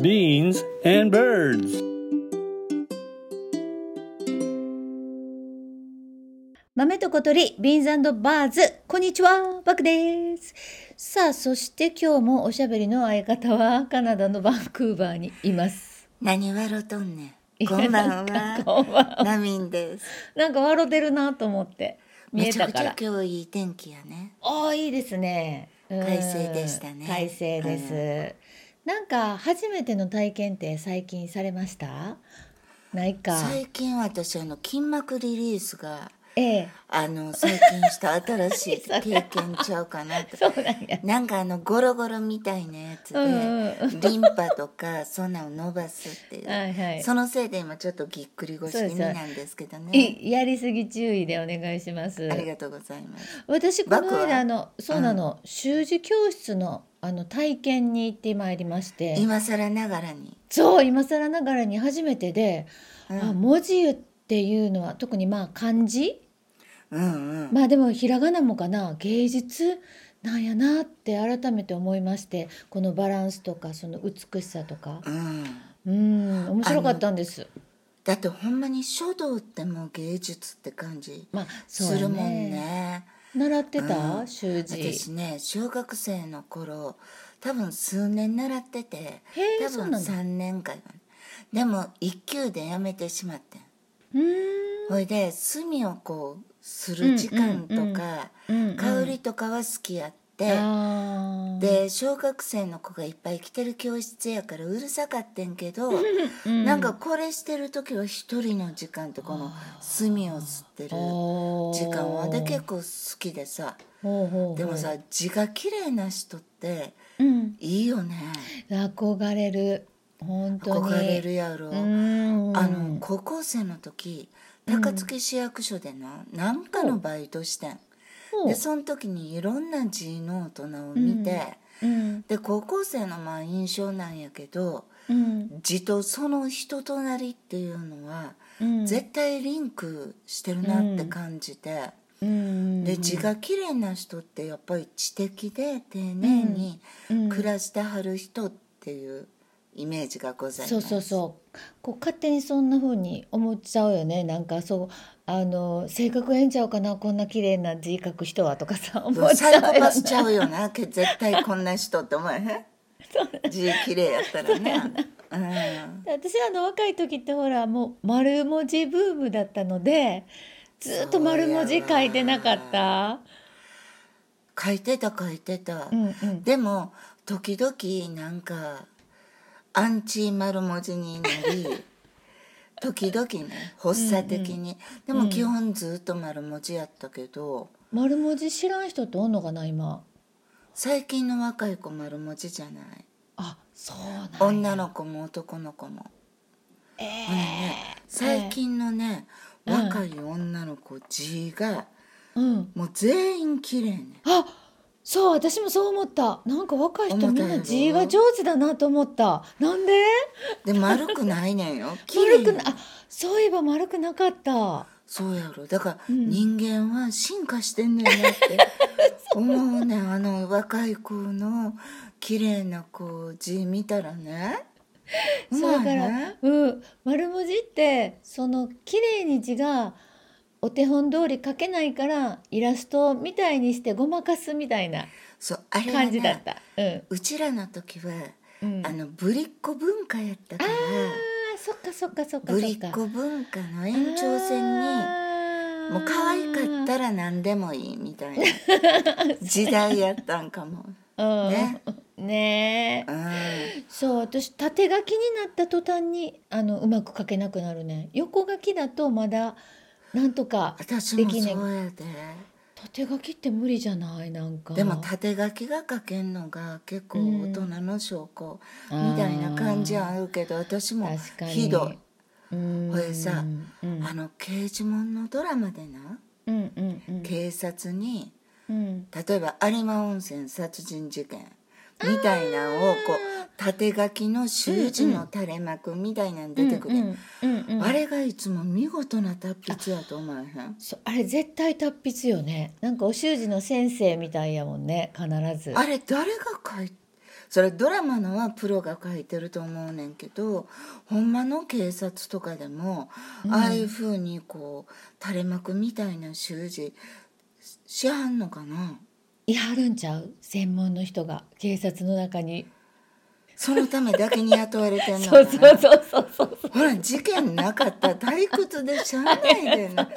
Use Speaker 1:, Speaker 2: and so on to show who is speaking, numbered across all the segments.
Speaker 1: Beans and birds.
Speaker 2: 豆と小鳥、ビーンズバーズ、こんにちは、バクです。さあ、そして今日もおしゃべりの相方はカナダのバンクーバーにいます。
Speaker 3: 何笑うとんねん。こんばん
Speaker 2: なんか
Speaker 3: は。
Speaker 2: こんばんは
Speaker 3: ナミンです。
Speaker 2: なんか笑ってるなと思って見
Speaker 3: め
Speaker 2: え
Speaker 3: ちゃ
Speaker 2: た
Speaker 3: く
Speaker 2: か
Speaker 3: ちゃ
Speaker 2: ら。
Speaker 3: 今日いい天気やね。
Speaker 2: ああ、いいですね。うん
Speaker 3: 快晴でしたね
Speaker 2: 快晴です。なんか初めての体験って最近されました？ないか。
Speaker 3: 最近私あの筋膜リリースが
Speaker 2: ええ、
Speaker 3: あの最近した新しい経験ちゃうかなっ て。
Speaker 2: そうなんや。
Speaker 3: なんかあのゴロゴロみたいなやつで、
Speaker 2: うんうん
Speaker 3: リンパとかそんなの伸ばすっていう、
Speaker 2: はいはい
Speaker 3: そのせいで今ちょっとぎっくり腰気味なんですけどね
Speaker 2: いやりすぎ注意でお願いします
Speaker 3: あ。りがとうございます
Speaker 2: 私この
Speaker 3: バクは
Speaker 2: 間あのそうなの、習字教室のあの体験に行ってまいりまして
Speaker 3: 今更ながらに、
Speaker 2: そう今更ながらに初めてで、
Speaker 3: うん、
Speaker 2: あ文字っていうのは特にまあ漢字
Speaker 3: うんうん
Speaker 2: まあでもひらがなもかな芸術なんやなって改めて思いましてこのバランスとかその美しさとか
Speaker 3: うん
Speaker 2: うん面白かったんです。
Speaker 3: だってほんまに書道ってもう芸術って感じ
Speaker 2: まあそう
Speaker 3: す
Speaker 2: や
Speaker 3: るもんね,、
Speaker 2: 習ってた、
Speaker 3: うん
Speaker 2: 習字。
Speaker 3: 私ね小学生の頃多分数年習ってて
Speaker 2: へえ
Speaker 3: 多
Speaker 2: そう
Speaker 3: 分
Speaker 2: なんだ
Speaker 3: 3年間でも一級でやめてしまってん
Speaker 2: うーん
Speaker 3: ほいで墨をこうする時間とか、
Speaker 2: うんうんうん
Speaker 3: 香りとかは好きやって、
Speaker 2: あー
Speaker 3: で小学生の子がいっぱい来てる教室やからうるさかってんけど、なんかこれしてる時は一人の時間とこの墨を吸ってる時間はで結構好きでさ
Speaker 2: ほうほうほう
Speaker 3: でもさ字が綺麗な人って
Speaker 2: うん、
Speaker 3: いいよね
Speaker 2: 憧れる本当に
Speaker 3: 憧れるやろ、
Speaker 2: うん
Speaker 3: あの高校生の時高槻市役所でな何かのバイトしてん、
Speaker 2: ほう
Speaker 3: でその時にいろんな字の大人を見て、
Speaker 2: うん
Speaker 3: で高校生のまあ印象なんやけど
Speaker 2: うん
Speaker 3: 字とその人となりっていうのは、
Speaker 2: うん
Speaker 3: 絶対リンクしてるなって感じて、
Speaker 2: うん
Speaker 3: で字が綺麗な人ってやっぱり知的で丁寧に
Speaker 2: うん
Speaker 3: 暮らしてはる人っていうイメージがございます、
Speaker 2: そうそうそうこう勝手にそんな風に思っちゃうよねなんかそうあの性格ええんちゃうかなこんな綺麗な字書く人はとかさ思っちゃう
Speaker 3: サイ
Speaker 2: よ
Speaker 3: コ
Speaker 2: ね
Speaker 3: パスちゃうよなけ絶対こんな人って思 えへん字綺麗やったらねうん
Speaker 2: 私あの若い時ってほらもう丸文字ブームだったのでずーっと丸文字書いてなかった。
Speaker 3: 書いてた書いてた、
Speaker 2: うんうん
Speaker 3: でも時々なんかアンチ丸文字にな り時々ね発作的に、でも基本ずっと丸文字やったけど、
Speaker 2: 丸文字知らん人っておんのかな今
Speaker 3: 最近の若い子丸文字じゃない
Speaker 2: あそうなん
Speaker 3: 女の子も男の子も、
Speaker 2: え
Speaker 3: あのね最近のね、若い女の子字が
Speaker 2: ーうん
Speaker 3: もう全員綺麗ね
Speaker 2: あそう私もそう思ったなんか若い人
Speaker 3: 思っ
Speaker 2: み
Speaker 3: た
Speaker 2: ん
Speaker 3: やろ
Speaker 2: な字が上手だなと思ったなんで
Speaker 3: で丸くないねんよ綺麗
Speaker 2: 丸
Speaker 3: ね
Speaker 2: くなあそういえば丸くなかった
Speaker 3: そうやろだから人間は進化してんねんなって 思うねんあの若い子の綺麗な子字見たらね う
Speaker 2: そうだ
Speaker 3: まい
Speaker 2: から
Speaker 3: ね、
Speaker 2: うん、丸文字ってその綺麗に字がお手本通り書けないからイラストみたいにしてごまかすみたいな
Speaker 3: そうあれは
Speaker 2: 感じだっ
Speaker 3: ね
Speaker 2: た。うん
Speaker 3: うちらの時は、
Speaker 2: うん
Speaker 3: あのぶりっ子文化やったから
Speaker 2: あーそっかそっかそっかそっか。
Speaker 3: ぶりっ子文化の延長線に
Speaker 2: に
Speaker 3: もう可愛かったら何でもいいみ たいな時代やったんかも。
Speaker 2: た
Speaker 3: ね
Speaker 2: うん、ね
Speaker 3: う
Speaker 2: え
Speaker 3: ん、
Speaker 2: そう私縦書きになった途端にあのうまく書けなくなるね横書きだとまだなんとか
Speaker 3: 私
Speaker 2: で
Speaker 3: も
Speaker 2: きねん
Speaker 3: そうやで。
Speaker 2: 縦書きって無理じゃないなんか
Speaker 3: でも縦書きが書けんのが結構大人の証拠
Speaker 2: うん
Speaker 3: みたいな感じはあるけど私も
Speaker 2: 確かに
Speaker 3: ひどい。
Speaker 2: うん
Speaker 3: ほいでさ
Speaker 2: うん
Speaker 3: あの刑事もんのドラマでな
Speaker 2: うんうんうん
Speaker 3: 警察に
Speaker 2: うん
Speaker 3: 例えば有馬温泉殺人事件みたいなのをこう縦書きの習字の垂れ幕みたいなの出てくるやん、
Speaker 2: うんうん
Speaker 3: あれがいつも見事な達筆やと思わへん
Speaker 2: そうあれ絶対達筆 よねなんかお習字の先生みたいやもんね必ず
Speaker 3: あれ誰が書いそれドラマのはプロが書いてると思うねんけどほんまの警察とかでも、ああいうふうにこう垂れ幕みたいな習字ししはんのかな
Speaker 2: やるんちゃう専門の人が警察の中 に
Speaker 3: そのためだけに雇われてんのか
Speaker 2: そ
Speaker 3: な
Speaker 2: うそうそうそうそう
Speaker 3: ほら事件なかったら退屈でしゃあないで な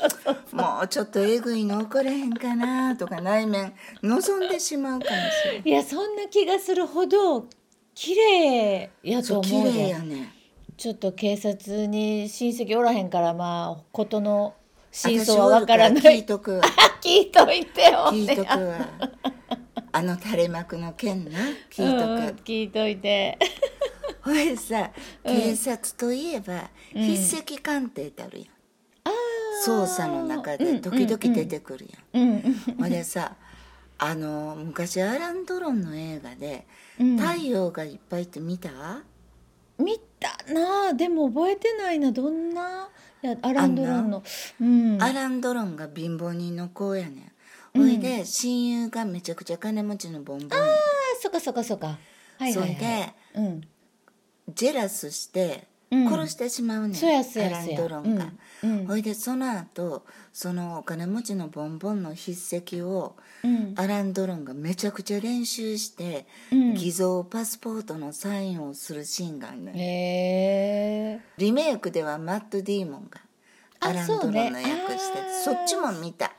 Speaker 3: もうちょっとえぐいの起これへんかなとか内面望んでしまうかもしれない
Speaker 2: いやそんな気がするほど綺麗や
Speaker 3: そ
Speaker 2: と
Speaker 3: う綺
Speaker 2: 思う
Speaker 3: 麗や
Speaker 2: で
Speaker 3: ねん
Speaker 2: ちょっと警察に親戚おらへんからまあことの真相はわからな
Speaker 3: 私おるら聞い
Speaker 2: い
Speaker 3: とくわ
Speaker 2: 聞いといてよ、
Speaker 3: 聞いとくわ あの垂れ幕の件な聞い とく、
Speaker 2: うんうん聞いといて
Speaker 3: ほれさ警察といえば、筆跡鑑定ってあるやん、捜査の中で時々出てくるやん、
Speaker 2: うん
Speaker 3: ほんでさあの昔アラン・ドロンの映画で「
Speaker 2: うん
Speaker 3: 太陽がいっぱい」って見た
Speaker 2: 見たなあでも覚えてないなどんなやアランドロンのうん
Speaker 3: アラン・ドロンが貧乏人の子やねんほいで親友がめちゃくちゃ金持ちのボンボンやねん
Speaker 2: あそっかそっかそっかはい
Speaker 3: そ
Speaker 2: は
Speaker 3: れ
Speaker 2: いはい
Speaker 3: で
Speaker 2: うん
Speaker 3: ジェラスして
Speaker 2: うん
Speaker 3: 殺してしまうねん、
Speaker 2: そうやそう
Speaker 3: ア
Speaker 2: やそ
Speaker 3: ラ
Speaker 2: う
Speaker 3: ン・
Speaker 2: や
Speaker 3: ドロンが、
Speaker 2: うんうん
Speaker 3: ほいでその後そのお金持ちのボンボンの筆跡を
Speaker 2: うん
Speaker 3: アラン・ドロンがめちゃくちゃ練習して、
Speaker 2: うん
Speaker 3: 偽造パスポートのサインをするシーンがあるねん
Speaker 2: へえ
Speaker 3: リメイクではマット・ディーモンが
Speaker 2: あ
Speaker 3: アラン・ドロンの役して
Speaker 2: そ
Speaker 3: そ,、
Speaker 2: うねあー
Speaker 3: っちも見た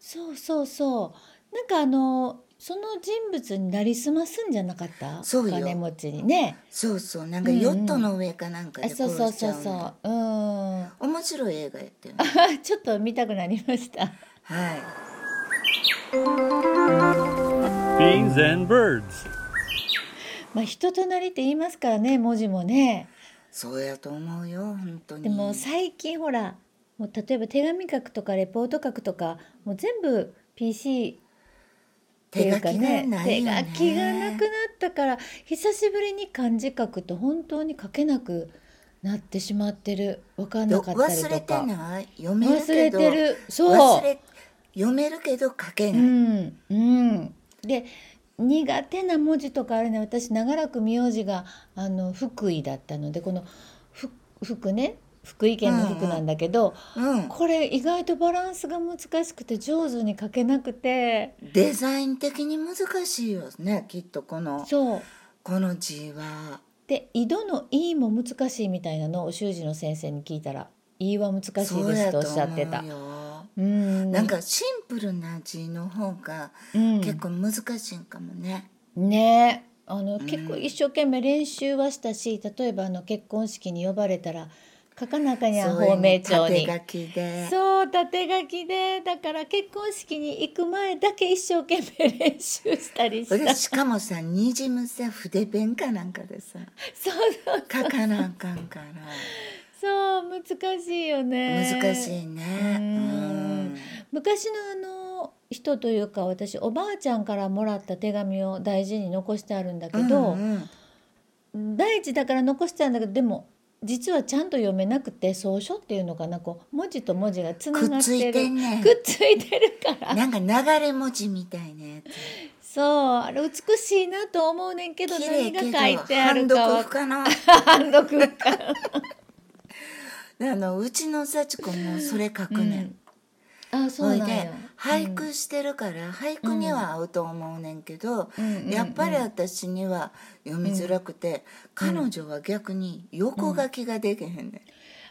Speaker 2: そうそうそうなんかあのその人物になりすますんじゃなかった
Speaker 3: そうよ
Speaker 2: お金持ちにね
Speaker 3: そうそうなんかヨットの上かなんか
Speaker 2: あ
Speaker 3: で
Speaker 2: そう
Speaker 3: 殺
Speaker 2: そう
Speaker 3: しち
Speaker 2: そう
Speaker 3: ゃう,、ねん
Speaker 2: そううんあ
Speaker 3: 面白い映画やってる、
Speaker 2: ちょっと見たくなりました
Speaker 3: はい
Speaker 1: Beans and birds.
Speaker 2: まあ人となりって言いますからね文字もね
Speaker 3: そうやと思うよ本当に
Speaker 2: でも最近ほらもう例えば手紙書くとかレポート書くとかもう全部 PC ってい
Speaker 3: 手
Speaker 2: う
Speaker 3: 書
Speaker 2: か
Speaker 3: きが
Speaker 2: ね
Speaker 3: ない
Speaker 2: 手
Speaker 3: よね
Speaker 2: 書きがなくなったから久しぶりに漢字書くと本当に書けなくなってしまってる分かんなかったり
Speaker 3: 忘
Speaker 2: と
Speaker 3: れて
Speaker 2: か
Speaker 3: ない読める
Speaker 2: 忘
Speaker 3: け
Speaker 2: れ
Speaker 3: ど
Speaker 2: てるそう
Speaker 3: 忘れ読めるけど書け
Speaker 2: う
Speaker 3: ない、
Speaker 2: んうん、で苦手な文字とかあれね私長らく名字があの福井だったのでこのふ福ね福井県の福なんだけど、
Speaker 3: うん
Speaker 2: これ意外とバランスが難しくて上手に書けなくて
Speaker 3: デザイン的に難しいよねきっとこの
Speaker 2: そう
Speaker 3: この字は
Speaker 2: で井戸の「い」も難しいみたいなのを修士の先生に聞いたら「い」は難しいです
Speaker 3: そうや
Speaker 2: と
Speaker 3: と
Speaker 2: おっし
Speaker 3: 思
Speaker 2: ゃってた
Speaker 3: う。よ
Speaker 2: うん
Speaker 3: なんかシンプルな字の方が
Speaker 2: うん
Speaker 3: 結構難しいんかもね、
Speaker 2: ねえあの、結構一生懸命練習はしたし例えばあの結婚式に呼ばれたら書かなあかにゃん
Speaker 3: そういう
Speaker 2: 芳名帳に
Speaker 3: 縦書きで
Speaker 2: そう縦書きでだから結婚式に行く前だけ一生懸命練習したりし
Speaker 3: それ
Speaker 2: た
Speaker 3: でしかもさにじむさ筆ペンかなんかでさ
Speaker 2: そうそう
Speaker 3: 書かなあかんから
Speaker 2: そう難しいよね
Speaker 3: 難しいね
Speaker 2: う
Speaker 3: うんん
Speaker 2: 昔のあの人というか私おばあちゃんからもらった手紙を大事に残してあるんだけど、
Speaker 3: うんうん
Speaker 2: 第一だから残してたんだけどでも実はちゃんと読めなくて草書っていうのかなこう文字と文字がつながってる
Speaker 3: くっついてんねん
Speaker 2: くっついてるから
Speaker 3: なんか流れ文字みたいなやつ
Speaker 2: そうあれ美しいなと思うねんけど
Speaker 3: 綺
Speaker 2: 何
Speaker 3: 麗
Speaker 2: が書
Speaker 3: けど
Speaker 2: いてあるかは
Speaker 3: 判読不可能
Speaker 2: 判読不可
Speaker 3: であのうちの幸子もそれ書くねん、
Speaker 2: 能あそ
Speaker 3: そうれ
Speaker 2: なんや
Speaker 3: で俳句してるから俳句には合うと思うねんけど、
Speaker 2: うんうん
Speaker 3: やっぱり私には読みづらくて、彼女は逆に横書きができへんねん、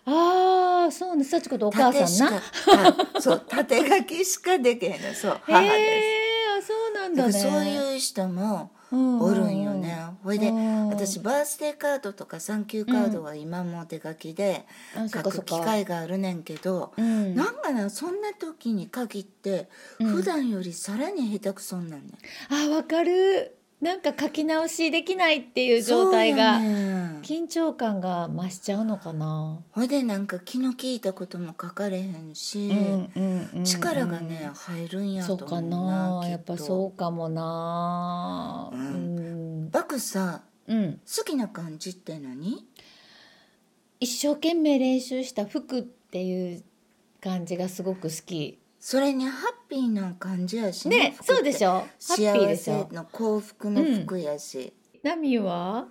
Speaker 2: ああそうね幸子とお母
Speaker 3: 縦し
Speaker 2: さんな
Speaker 3: かは いそう縦書きしかできへんねんそう母
Speaker 2: へ
Speaker 3: です
Speaker 2: えあそうなん
Speaker 3: だ
Speaker 2: だ
Speaker 3: か
Speaker 2: ね
Speaker 3: らそういう人も
Speaker 2: うん
Speaker 3: おるんよね、ほいで
Speaker 2: うん
Speaker 3: 私バースデーカードとかサンキューカードは今も手書きで
Speaker 2: あそ
Speaker 3: 書
Speaker 2: っかそっ
Speaker 3: く
Speaker 2: か
Speaker 3: 機会があるねんけど、
Speaker 2: うん
Speaker 3: なんかなそんな時に限って普段よりさらに下手くそになんねん、
Speaker 2: あわかるなんか書き直しできないっていう状態が、
Speaker 3: そうやねん
Speaker 2: 緊張感が増しちゃうのかな、
Speaker 3: ほいでなんか気の利いたことも書かれへんし、
Speaker 2: うんう
Speaker 3: 力がね入るんや
Speaker 2: そ
Speaker 3: と
Speaker 2: う
Speaker 3: 思う
Speaker 2: かなやっぱ
Speaker 3: う
Speaker 2: そうかもなう、
Speaker 3: うんバクさ
Speaker 2: うん、
Speaker 3: 好きな漢字って何
Speaker 2: 一生懸命練習した服っていう感じがすごく好き
Speaker 3: それにハッピーな感じやし
Speaker 2: ねそうでし
Speaker 3: ょ
Speaker 2: ょハッピー
Speaker 3: 幸
Speaker 2: でし
Speaker 3: せ
Speaker 2: ょ
Speaker 3: の幸福の服やし、
Speaker 2: ナミは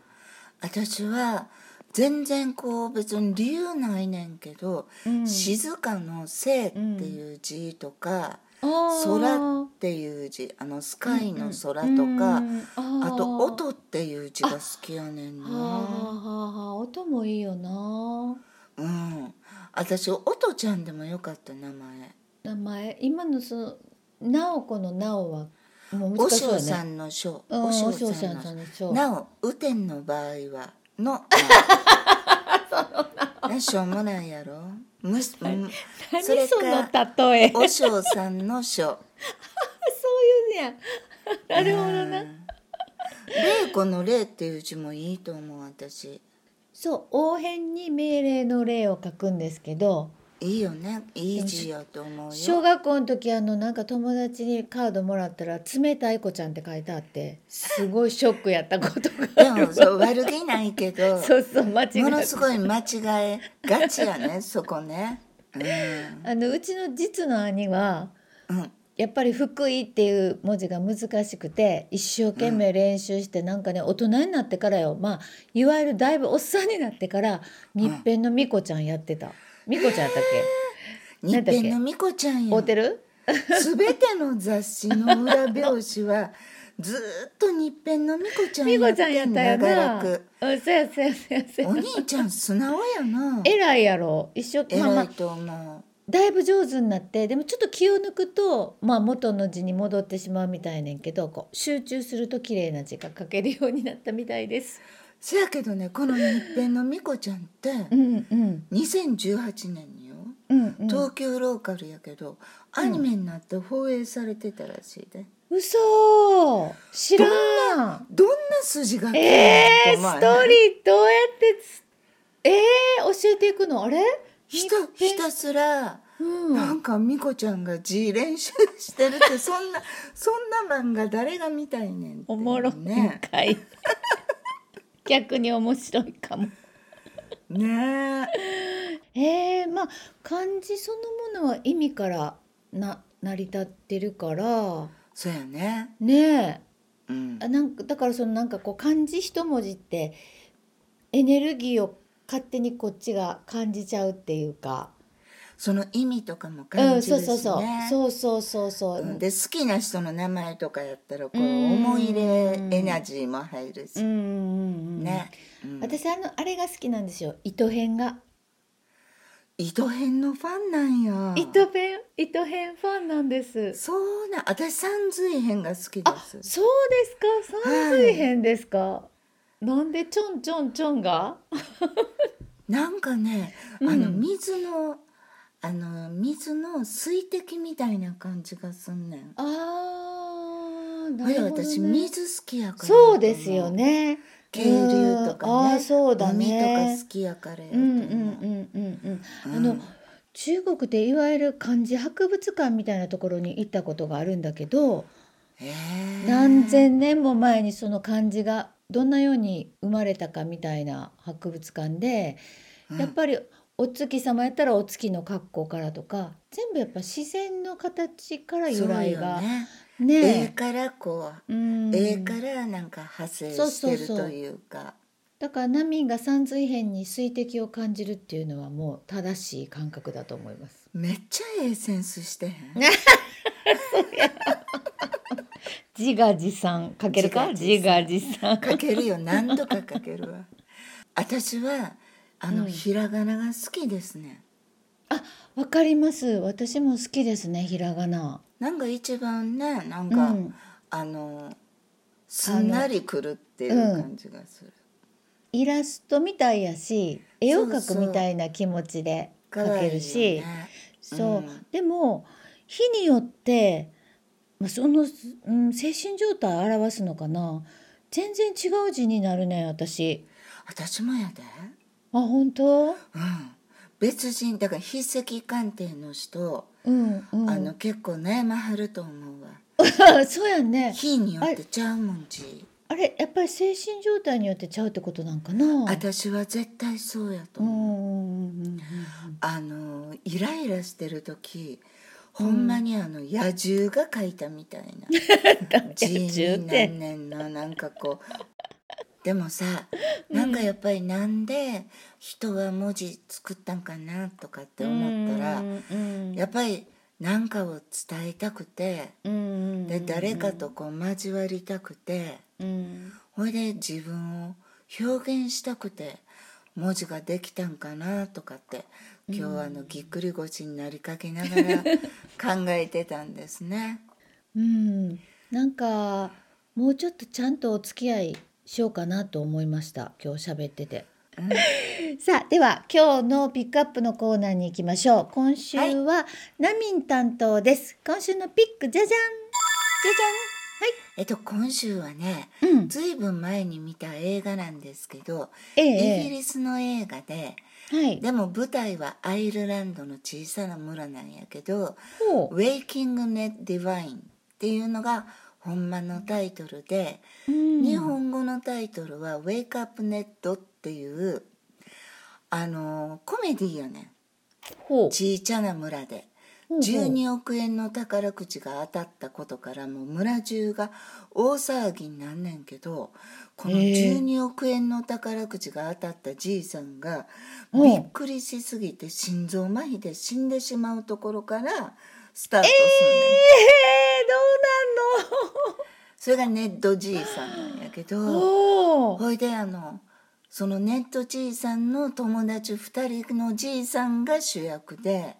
Speaker 3: 私は全然こう別に理由ないねんけど、
Speaker 2: ん
Speaker 3: 静かの「静」っていう字とか「
Speaker 2: あー
Speaker 3: 空」っていう字あのスカイの空とか、
Speaker 2: うんあ
Speaker 3: あ
Speaker 2: ー
Speaker 3: と「音」っていう字が好きやねん
Speaker 2: はあは
Speaker 3: な、
Speaker 2: あはあ音もいいよな
Speaker 3: うん、私「音ちゃん」でもよかった名前
Speaker 2: 名前今のその直子の直はもう
Speaker 3: お
Speaker 2: 難しい
Speaker 3: 尚
Speaker 2: よ
Speaker 3: さ
Speaker 2: ね
Speaker 3: んの尚
Speaker 2: うん
Speaker 3: お尚
Speaker 2: お尚
Speaker 3: さん
Speaker 2: さん
Speaker 3: の
Speaker 2: の尚
Speaker 3: 尚なお雨天の場合は のなしょうもないやろむす、うん
Speaker 2: 何そ
Speaker 3: それか
Speaker 2: の例えそう
Speaker 3: お尚さんの尚
Speaker 2: いうねや なるほどな
Speaker 3: 玲子の玲っていう字もいいと思う私
Speaker 2: そう応変に命令の例を書くんですけど
Speaker 3: いいよねいい字やと思う
Speaker 2: 小
Speaker 3: よ
Speaker 2: 学校の時あのなんか友達にカードもらったら「冷たい子ちゃん」って書いてあってすごいショックやったこと
Speaker 3: で
Speaker 2: がある
Speaker 3: もそう悪気ないけど
Speaker 2: そうそう間違
Speaker 3: もの
Speaker 2: え
Speaker 3: すごい間違えがちやねそこねうん
Speaker 2: あのうちの実の兄は
Speaker 3: うん
Speaker 2: やっぱり「福井」っていう文字が難しくて一生懸命練習してなんかね大人になってからよまあいわゆるだいぶおっさんになってから日編のみこちゃんやってたみこちゃんやったっ
Speaker 3: 日編の美子ちゃん
Speaker 2: け
Speaker 3: や
Speaker 2: 合うてる
Speaker 3: すべての雑誌の裏表紙はずーっと日編の美子ちゃん
Speaker 2: み
Speaker 3: や
Speaker 2: こ
Speaker 3: っ
Speaker 2: ちゃん
Speaker 3: て
Speaker 2: やっ
Speaker 3: ん
Speaker 2: たよ
Speaker 3: 長ら
Speaker 2: な
Speaker 3: く
Speaker 2: うんそうやそうやそうやそう
Speaker 3: お
Speaker 2: や
Speaker 3: 兄ちゃん素直やな
Speaker 2: 偉いやろ一生まあま
Speaker 3: 偉
Speaker 2: あ
Speaker 3: いと思
Speaker 2: だいぶ上手になってでもちょっと気を抜くと、まあ、元の字に戻ってしまうみたいねんけどこう集中すると綺麗な字が書けるようになったみたいです。
Speaker 3: うせやけどねこの日編の美子ちゃんって
Speaker 2: うんうん
Speaker 3: 2018年によ
Speaker 2: うんうん、
Speaker 3: 東京ローカルやけどアニメになって放映されてたらしいで
Speaker 2: 嘘知らん
Speaker 3: どんな筋書き
Speaker 2: えー、
Speaker 3: やねん
Speaker 2: ス
Speaker 3: お前
Speaker 2: トーリーどうやってつえー、教えていくのあれ
Speaker 3: ひたひたすら
Speaker 2: うん
Speaker 3: なんか美子ちゃんが字練習してる ってそんなそんな漫画誰が見たいねんって
Speaker 2: おもろいん
Speaker 3: ね
Speaker 2: かい 逆に面白いかも
Speaker 3: ね
Speaker 2: えー、まあ漢字そのものは意味からな成り立ってるから
Speaker 3: そうやね
Speaker 2: ね
Speaker 3: うん
Speaker 2: えあなんかだからそのなんかこう漢字一文字ってエネルギーを勝手にこっちが感じちゃうっていうか、
Speaker 3: その意味とかも
Speaker 2: う
Speaker 3: 感
Speaker 2: ん、
Speaker 3: じ
Speaker 2: そう
Speaker 3: る
Speaker 2: そう
Speaker 3: し
Speaker 2: そう
Speaker 3: ね
Speaker 2: そうそうそうそう、
Speaker 3: うんで好きな人の名前とかやったらこう
Speaker 2: うん
Speaker 3: 思い入れエナジーも入る
Speaker 2: うん
Speaker 3: し
Speaker 2: うんうんうん
Speaker 3: ね、うん、
Speaker 2: 私あのあれが好きなんですよ糸編が
Speaker 3: 糸編のファンなんや
Speaker 2: 糸編糸編ファンなんです
Speaker 3: そうなん私三髄編が好きで
Speaker 2: あそうですすか三水編ですか、なんでちょんちょんちょんが
Speaker 3: なんかねあ
Speaker 2: うん
Speaker 3: の水の、あの水の水滴みたいな感じがすんねん
Speaker 2: あーな
Speaker 3: あれ
Speaker 2: るほど、ね、
Speaker 3: 私水好きやから
Speaker 2: そうですよね
Speaker 3: 渓流とかね
Speaker 2: うんあーそうだね
Speaker 3: 海とか好きやからやと
Speaker 2: う
Speaker 3: 思
Speaker 2: んうんうんうんうんあ
Speaker 3: う
Speaker 2: の
Speaker 3: ん
Speaker 2: 中国でいわゆる漢字博物館みたいなところに行ったことがあるんだけど
Speaker 3: へー
Speaker 2: 何千年も前にその漢字がどんなように生まれたかみたいな博物館で、
Speaker 3: うん
Speaker 2: やっぱりお月様やったらお月の格好からとか全部やっぱ自然の形から由来が
Speaker 3: そうよね
Speaker 2: ね
Speaker 3: 絵、からこう
Speaker 2: うん
Speaker 3: 絵からなんか派生
Speaker 2: そう
Speaker 3: し
Speaker 2: そう
Speaker 3: てる
Speaker 2: そう
Speaker 3: というか
Speaker 2: だからナミンが三髄編に水滴を感じるっていうのはもう正しい感覚だと思います。
Speaker 3: めっちゃええセンスしてへん
Speaker 2: 自画自賛かけるか自
Speaker 3: 自
Speaker 2: 画
Speaker 3: 画
Speaker 2: 自
Speaker 3: 自
Speaker 2: 賛。
Speaker 3: かけるよ何度かかけ るわ私はあの、ひらがなが好きですね
Speaker 2: あ、わかります。私も好きですね、ひらがな。
Speaker 3: なんか一番ねなんか、
Speaker 2: うん
Speaker 3: あのすんなりくるっていう感じがする、
Speaker 2: イラストみたいやし、絵を描くみたいな気持ちで
Speaker 3: 可
Speaker 2: 描
Speaker 3: 愛
Speaker 2: け
Speaker 3: い
Speaker 2: る
Speaker 3: よ
Speaker 2: し、
Speaker 3: ね
Speaker 2: そう、
Speaker 3: うん
Speaker 2: でも日によって、まあ、その、うん、精神状態を表すのかな。全然違う字になるね、私。
Speaker 3: 私もやで、
Speaker 2: あ、本当？
Speaker 3: うん、別人だから筆跡鑑定の人、
Speaker 2: うんうん。
Speaker 3: あの結構悩まはると思うわ
Speaker 2: そうやんね。
Speaker 3: 日によってちゃうもんじ
Speaker 2: あれやっぱり精神状態によってちゃうってことなんかな。
Speaker 3: 私は絶対そうやと
Speaker 2: うんう
Speaker 3: 思う、
Speaker 2: んうんうん
Speaker 3: あのイライラしてる時ほんまにあの野 獣が描いたみたいな
Speaker 2: うん。
Speaker 3: 字
Speaker 2: 中っ
Speaker 3: にな
Speaker 2: て
Speaker 3: んねんななんかこうでもさなんかやっぱりなんで人は文字作ったんかなとかって思ったら、
Speaker 2: うん
Speaker 3: やっぱり何かを伝えたくて
Speaker 2: うん
Speaker 3: で誰かとこう交わりたくて
Speaker 2: うん
Speaker 3: ほいで自分を表現したくて文字ができたんかなとかって今日あのぎっくり腰になりかけなが ら考えてたんですね。
Speaker 2: うん、なんかもうちょっとちゃんとお付き合いしようかなと思いました今日喋ってて。 さあでは今日のピックアップのコーナーに行きましょう今週は、ナミン担当です今週のピックじゃじ
Speaker 3: じゃじゃん、えっと今週はね
Speaker 2: ゃんうん
Speaker 3: ずいぶん前に見た映画なんですけど、
Speaker 2: え
Speaker 3: イギ
Speaker 2: ええ
Speaker 3: リスの映画で
Speaker 2: えはい
Speaker 3: でも舞台はアイルランドの小さな村なんやけど「
Speaker 2: ほう
Speaker 3: Waking Net Divine」っていうのが本間のタイトルで、
Speaker 2: うん
Speaker 3: 日本語のタイトルは「Wake Up Net」っていうあのコメディよね
Speaker 2: ほう
Speaker 3: 小さな村で
Speaker 2: ほう
Speaker 3: 12億円の宝くじが当たったことからもう村中が大騒ぎになんねんけどこの
Speaker 2: へえ
Speaker 3: 12億円の宝くじが当たったじいさんが
Speaker 2: うん
Speaker 3: びっくりしすぎて心臓麻痺で死んでしまうところからスタートするねん、
Speaker 2: ええ
Speaker 3: それがネットじいさんなんやけ
Speaker 2: どうなんの
Speaker 3: ど
Speaker 2: ほう
Speaker 3: ほいであのそのネットじいさんの友達2人のじいさんが主役で。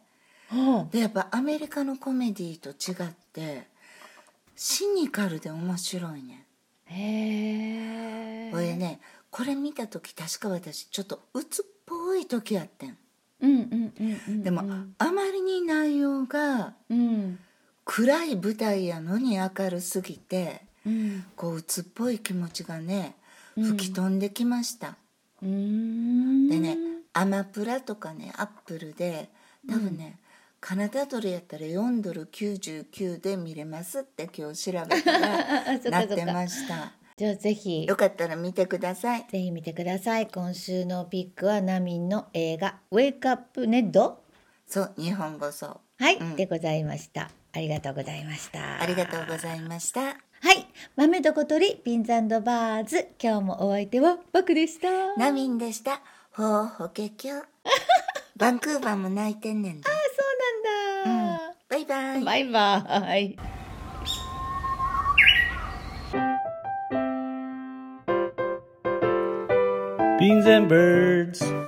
Speaker 2: ほう
Speaker 3: でやっぱアメリカのコメディと違ってシニカルで面白いね
Speaker 2: へえ
Speaker 3: これねこれ見た時確か私ちょっと鬱っぽい時やってん
Speaker 2: うんうんうんうん
Speaker 3: でも、
Speaker 2: うん
Speaker 3: あまりに内容が
Speaker 2: うん
Speaker 3: 暗い舞台やのに明るすぎて
Speaker 2: うん
Speaker 3: こう鬱っぽい気持ちがね
Speaker 2: うん
Speaker 3: 吹き飛んできました、
Speaker 2: うーん
Speaker 3: でねアマプラとかねアップルで多分ね、カナダドルやったら4ドル99で見れますって今日調べたら
Speaker 2: あ あそっか
Speaker 3: なっ
Speaker 2: そってか
Speaker 3: ました
Speaker 2: じゃあぜひ
Speaker 3: よかったら見てください
Speaker 2: ぜひ見てください今週のピックはナミンの映画「ウェイクアップネッド
Speaker 3: そう日本語そう」
Speaker 2: はい、
Speaker 3: うん
Speaker 2: でございましたありがとうございました
Speaker 3: ありがとうございました
Speaker 2: はい豆どことりピンザンドバーズ今日もお相手は僕でした
Speaker 3: ナミンでしたほうほけきょ バンクーバーも泣いてんねんで
Speaker 2: そうなんだ、
Speaker 3: バイバイ
Speaker 2: バイバイ
Speaker 1: Beans and birds.